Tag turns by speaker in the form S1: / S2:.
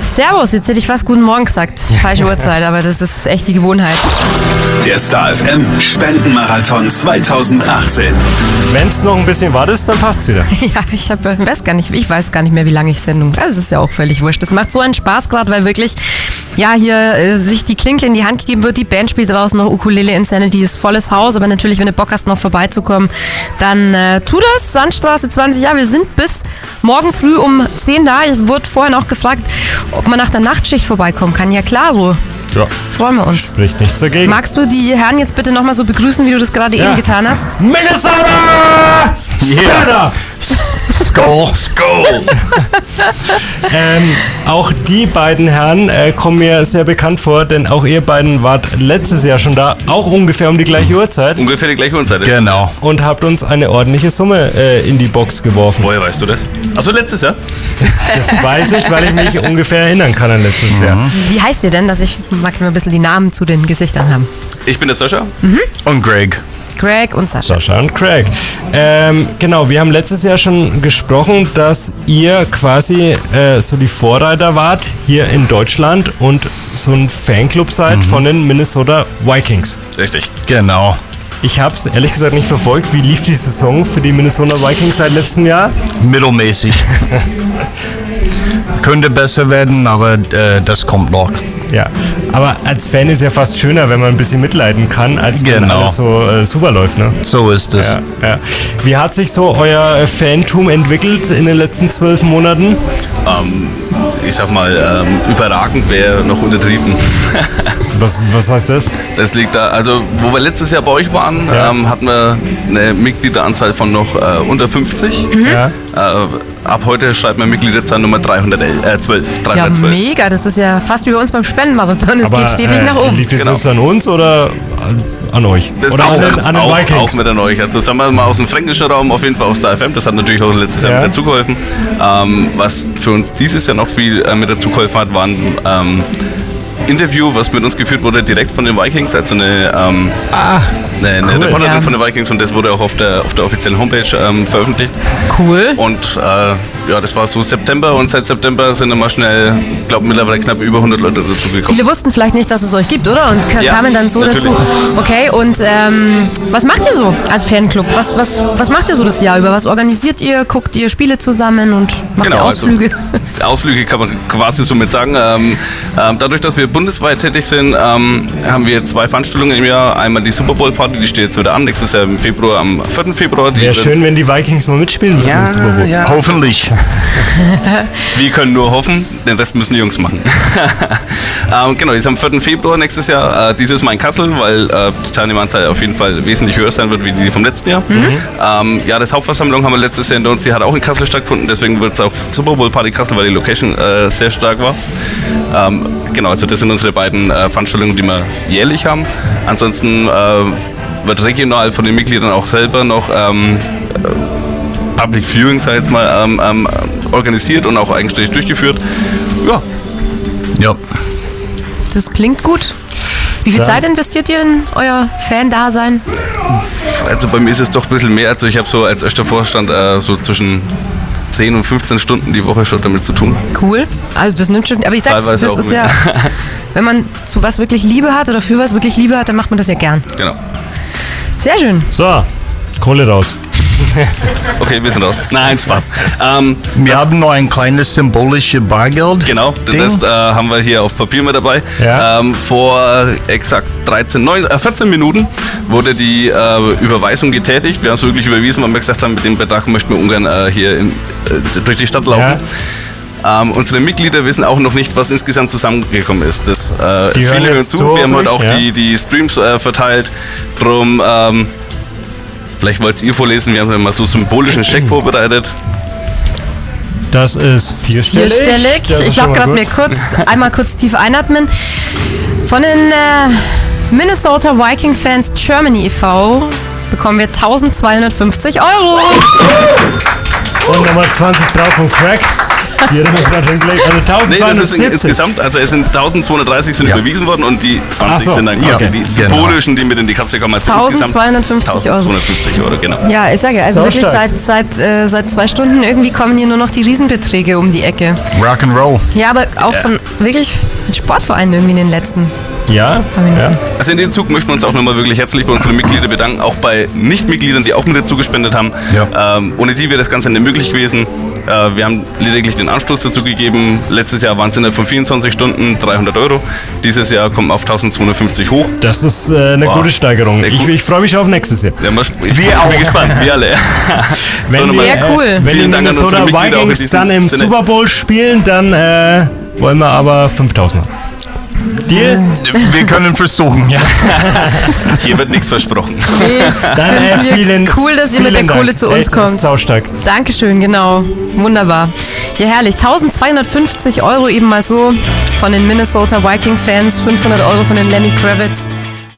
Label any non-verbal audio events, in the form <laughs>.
S1: Servus, jetzt hätte ich fast guten Morgen gesagt. Falsche Uhrzeit, aber das ist echt die Gewohnheit.
S2: Der Star FM Spendenmarathon 2018.
S3: Wenn es noch ein bisschen wartest, dann passt's wieder.
S1: Ja, ich hab, äh, weiß gar nicht, ich weiß gar nicht mehr, wie lange ich Sendung. Also es ist ja auch völlig wurscht. Das macht so einen Spaß gerade, weil wirklich ja hier äh, sich die Klinke in die Hand gegeben wird. Die Band spielt draußen noch Ukulele Insanity, ist volles Haus. Aber natürlich, wenn du Bock hast, noch vorbeizukommen, dann äh, tu das. Sandstraße 20. Ja, wir sind bis morgen früh um 10 da. Ich wurde vorhin auch gefragt, ob man nach der Nachtschicht vorbeikommen kann. Ja klar, so
S3: Ja.
S1: freuen wir uns.
S3: Spricht nichts dagegen.
S1: Magst du die Herren jetzt bitte nochmal so begrüßen, wie du das gerade eben getan hast?
S3: Minnesota!
S4: Yeah.
S3: Yeah.
S4: Skull. Skull.
S3: Ähm, auch die beiden Herren äh, kommen mir sehr bekannt vor, denn auch ihr beiden wart letztes Jahr schon da, auch ungefähr um die gleiche Uhrzeit
S5: Ungefähr die gleiche Uhrzeit.
S4: Genau.
S3: und habt uns eine ordentliche Summe äh, in die Box geworfen.
S5: Woher weißt du das? Achso, letztes Jahr?
S3: Das weiß ich, weil ich mich ungefähr erinnern kann an letztes Jahr.
S1: Wie heißt ihr denn, dass ich mag immer ein bisschen die Namen zu den Gesichtern haben?
S5: Ich bin der Sascha.
S4: Und Greg.
S1: Greg und Sascha.
S3: Sascha und Craig. Ähm, genau, wir haben letztes Jahr schon gesprochen, dass ihr quasi äh, so die Vorreiter wart hier in Deutschland und so ein Fanclub seid von den Minnesota Vikings.
S5: Richtig.
S4: Genau.
S3: Ich habe es ehrlich gesagt nicht verfolgt, wie lief die Saison für die Minnesota Vikings seit letztem Jahr.
S4: Mittelmäßig. Könnte besser werden, aber äh, das kommt noch.
S3: Ja, aber als Fan ist ja fast schöner, wenn man ein bisschen mitleiden kann, als wenn
S4: Genau.
S3: alles so äh, super läuft. Ne?
S4: So ist es.
S3: Ja, ja. Wie hat sich so euer äh, Fantum entwickelt in den letzten zwölf Monaten?
S5: Ähm, ich sag mal, ähm, überragend wäre noch untertrieben.
S3: Was, was heißt das?
S5: Das liegt da, also wo wir letztes Jahr bei euch waren,
S3: Ja.
S5: ähm, hatten wir eine Mitgliederanzahl von noch äh, unter 50.
S3: Ja.
S5: Äh, ab heute schreibt man Mitgliederzahl Nummer 312. Äh, 12,
S1: Ja,
S5: 312.
S1: mega. Das ist ja fast wie bei uns beim Spendenmarathon. Es geht stetig
S3: äh,
S1: nach oben.
S3: Liegt es
S5: Genau.
S3: jetzt an uns oder an, an euch?
S5: Das
S3: oder
S5: auch,
S3: an den, an den
S5: auch, auch
S3: Vikings?
S5: mit an euch. Also sagen wir mal aus dem fränkischen Raum, auf jeden Fall aus der FM. Das hat natürlich auch letztes Jahr
S3: Ja.
S5: mit dazugeholfen. Ähm, was für uns dieses Jahr noch viel äh, mit dazugeholfen hat, war ein ähm, Interview, was mit uns geführt wurde, direkt von den Vikings. Also eine, ähm, eine, eine
S3: Ah, cool.
S5: Reporterin
S1: Ja.
S5: von den Vikings und das wurde auch auf der, auf der offiziellen Homepage ähm, veröffentlicht.
S1: Cool.
S5: Und äh, ja, das war so September und seit September sind immer schnell, glaube mittlerweile knapp über 100 Leute dazugekommen.
S1: Viele wussten vielleicht nicht, dass es euch gibt, oder? Und ka-
S5: Ja,
S1: kamen dann so
S5: natürlich.
S1: dazu. Okay, und ähm, was macht ihr so als Fanclub? Was, was, was macht ihr so das Jahr über? Was organisiert ihr? Guckt ihr Spiele zusammen und macht ihr Ausflüge?
S5: Genau,
S1: <laughs>
S5: Also, Ausflüge kann man quasi somit sagen. Ähm, ähm, dadurch, dass wir bundesweit tätig sind, ähm, haben wir zwei Veranstaltungen im Jahr. Einmal die Super Bowl Party, die steht jetzt wieder an, nächstes Jahr im Februar, am 4. Februar. Die
S3: Wäre
S5: wird-
S3: schön, wenn die Vikings mal mitspielen würden. im Super Bowl.
S4: Hoffentlich.
S5: Wir können nur hoffen, den Rest müssen die Jungs machen. ähm, genau, jetzt am 4. Februar nächstes Jahr, äh, dieses Mal in Kassel, weil äh, die Teilnehmeranzahl auf jeden Fall wesentlich höher sein wird wie die vom letzten Jahr. Ähm, ja, das Hauptversammlung haben wir letztes Jahr hinter uns, die hat auch in Kassel stattgefunden, deswegen wird es auch Super Bowl Party Kassel, weil die Location äh, sehr stark war. Ähm, genau, also das sind unsere beiden äh, Veranstaltungen, die wir jährlich haben. Ansonsten äh, wird regional von den Mitgliedern auch selber noch ähm, Public Viewing, sag ich jetzt mal, ähm, ähm, organisiert und auch eigenständig durchgeführt. Ja,
S4: Ja.
S1: Das klingt gut. Wie viel
S3: Dann-
S1: Zeit investiert ihr in euer Fan-Dasein?
S5: also bei mir ist es doch ein bisschen mehr. Also ich habe so als erster Vorstand äh, so zwischen 10 und 15 Stunden die Woche schon damit zu tun.
S1: Cool. Also das nimmt schon. Aber ich sag's,
S5: Teilweise
S1: das
S5: auch
S1: ist
S5: mit. <laughs>
S1: ja. Wenn man zu was wirklich Liebe hat oder für was wirklich Liebe hat, dann macht man das ja gern.
S5: Genau.
S1: Sehr schön.
S3: So, Kohle raus.
S5: Okay, wir sind raus. Nein, Spaß. Ähm,
S4: Wir haben noch ein kleines symbolisches Bargeld.
S5: genau,
S4: Ding.
S5: das äh, haben wir hier auf Papier mit dabei.
S3: Ja.
S5: Ähm, vor exakt 13, 9, äh, 14 Minuten wurde die äh, Überweisung getätigt. Wir haben es wirklich überwiesen, weil wir gesagt haben, mit dem Betrag möchten wir ungern äh, hier in, äh, durch die Stadt laufen.
S3: Ja.
S5: Ähm, unsere Mitglieder wissen auch noch nicht, was insgesamt zusammengekommen ist. Das, äh,
S3: Die hören
S5: viele hören
S3: jetzt
S5: zu.
S3: zu,
S5: Wir haben heute
S3: hoffentlich, ja.
S5: auch die, die Streams äh, verteilt. Drum, ähm, vielleicht wollt ihr vorlesen. Wir haben mal so symbolischen Scheck
S3: Hm.
S5: vorbereitet.
S3: Das ist vierstellig.
S1: Vierstellig.
S3: Das ist
S1: Ich
S3: schon
S1: glaube
S3: mal
S1: gerade
S3: gut.
S1: mir kurz, einmal kurz tief einatmen. Von den äh, Minnesota Viking Fans Germany e.V. bekommen wir 1250 Euro.
S3: Und nochmal 20 drauf von Craig. Die hat er mir gerade schon gelegt. Also
S5: Nee, das ist in,
S3: 1270.
S5: insgesamt, also es sind 1230 sind
S4: Ja.
S5: überwiesen worden und die 20
S3: Ach so,
S5: sind dann quasi
S4: ja,
S5: die
S4: genau.
S5: symbolischen, die mit in die Katze kommen. Also insgesamt
S1: 1250 Euro.
S5: 1250 Euro, genau.
S1: Ja, ich sage, also
S3: So
S1: wirklich
S3: stark.
S1: seit, seit, äh, seit zwei Stunden irgendwie kommen hier nur noch die Riesenbeträge um die Ecke.
S4: Rock and roll.
S1: Ja, aber auch von wirklich Sportvereinen irgendwie in den letzten.
S3: ja, ja.
S5: Also in dem Zug möchten wir uns auch nochmal wirklich herzlich bei unseren Mitgliedern bedanken, auch bei Nichtmitgliedern, die auch mit dazu gespendet haben.
S4: Ja.
S5: Ähm, ohne die wäre das Ganze nicht möglich gewesen. Äh, wir haben lediglich den Anstoß dazu gegeben. Letztes Jahr waren es innerhalb von 24 Stunden 300 Euro. Dieses Jahr kommen auf 1250 hoch.
S3: Das ist äh, eine
S5: Boah.
S3: gute Steigerung.
S5: Sehr
S3: Ich,
S5: gut.
S3: ich freue mich auf nächstes Jahr.
S5: Ja, mal sp- ich
S4: Wir
S5: bin
S4: auch.
S5: gespannt, wir alle. <laughs> So,
S3: Wenn,
S5: nochmal-
S1: Sehr
S3: die,
S1: cool.
S3: äh, wenn die
S5: Vielen Dank an
S3: Minnesota
S5: unsere Mitglieder auch in
S3: Vikings
S5: diesem
S3: dann im
S5: Sinne.
S3: Super Bowl spielen, dann äh, wollen wir aber 5000 haben. Deal?
S4: Wir können versuchen, ja.
S5: Hier wird nichts versprochen.
S3: <laughs> Dann äh,
S1: Finden wir
S3: vielen
S1: cool, dass ihr mit der
S3: vielen Dank.
S1: Kohle zu uns
S3: Echt, das ist
S1: kommt.
S3: Saustark.
S1: Dankeschön, genau. Wunderbar. Ja, herrlich. 1250 Euro eben mal so von den Minnesota Viking-Fans, 500 Euro von den Lenny Kravitz.